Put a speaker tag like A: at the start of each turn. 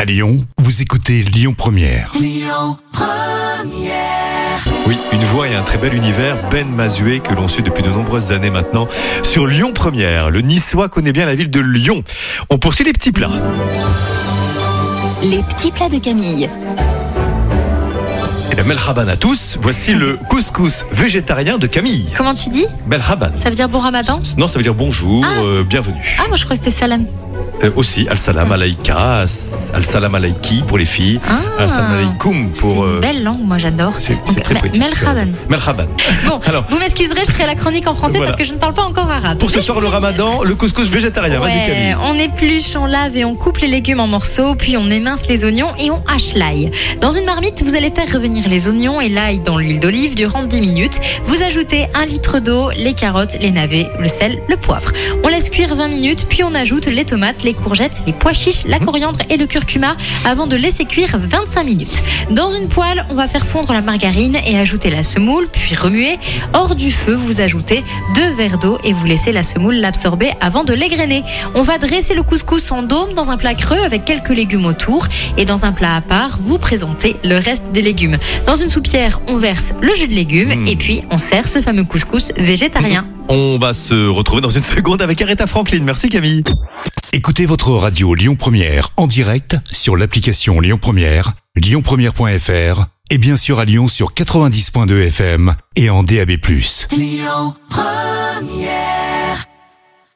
A: À Lyon, vous écoutez Lyon Première.
B: Oui, une voix et un très bel univers, Ben Mazué, que l'on suit depuis de nombreuses années maintenant sur Lyon Première. Le Niçois connaît bien la ville de Lyon. On poursuit les petits plats.
C: Les petits plats de Camille.
B: Et bien, Melchaban à tous, voici le couscous végétarien de Camille.
D: Comment tu dis
B: Melchaban.
D: Ça veut dire bon ramadan
B: Non, ça veut dire bonjour,
D: Ah.
B: euh, bienvenue.
D: Ah, moi je crois que c'était salam.
B: Euh, aussi, al-salam alaika, al-salam alaiki pour les filles,
D: Ah.
B: al-salam alaikum
D: C'est
B: pour...
D: une
B: euh,
D: belle langue, moi j'adore.
B: c'est c'est
D: Donc,
B: très
D: me-
B: poétique.
D: Melchaban.
B: Melchaban.
D: Bon,
B: Alors-
D: vous m'excuserez, je ferai la chronique en français
B: Voilà.
D: parce que je ne parle pas encore arabe.
B: Pour ce
D: Mais
B: soir,
D: je
B: le
D: vous donne-
B: ramadan, le couscous végétarien. Vas-y
D: Ouais,
B: Camille.
D: on épluche, on lave et on coupe les légumes en morceaux, puis on émince les oignons et on hache l'ail. Dans une marmite, vous allez faire revenir les oignons et l'ail dans l'huile d'olive durant 10 minutes. Vous ajoutez un litre d'eau, les carottes, les navets, le sel, le poivre. On laisse cuire 20 minutes, puis on ajoute les tomates, les courgettes, les pois chiches,
B: Mmh.
D: la coriandre et le curcuma avant de laisser cuire 25 minutes. Dans une poêle, on va faire fondre la margarine et ajouter la semoule, puis remuer. Hors du feu, vous ajoutez deux verres d'eau et vous laissez la semoule l'absorber avant de l'égrener. On va dresser le couscous en dôme dans un plat creux avec quelques légumes autour et dans un plat à part, vous présentez le reste des légumes. Dans une soupière, on verse le jus de légumes
B: Mm.
D: et puis on sert ce fameux couscous végétarien.
B: On va se retrouver dans une seconde avec Aretha Franklin. Merci Camille.
A: Écoutez votre radio Lyon Première en direct sur l'application Lyon Première, lyonpremière.fr et bien sûr à Lyon sur 90.2 FM et en DAB+.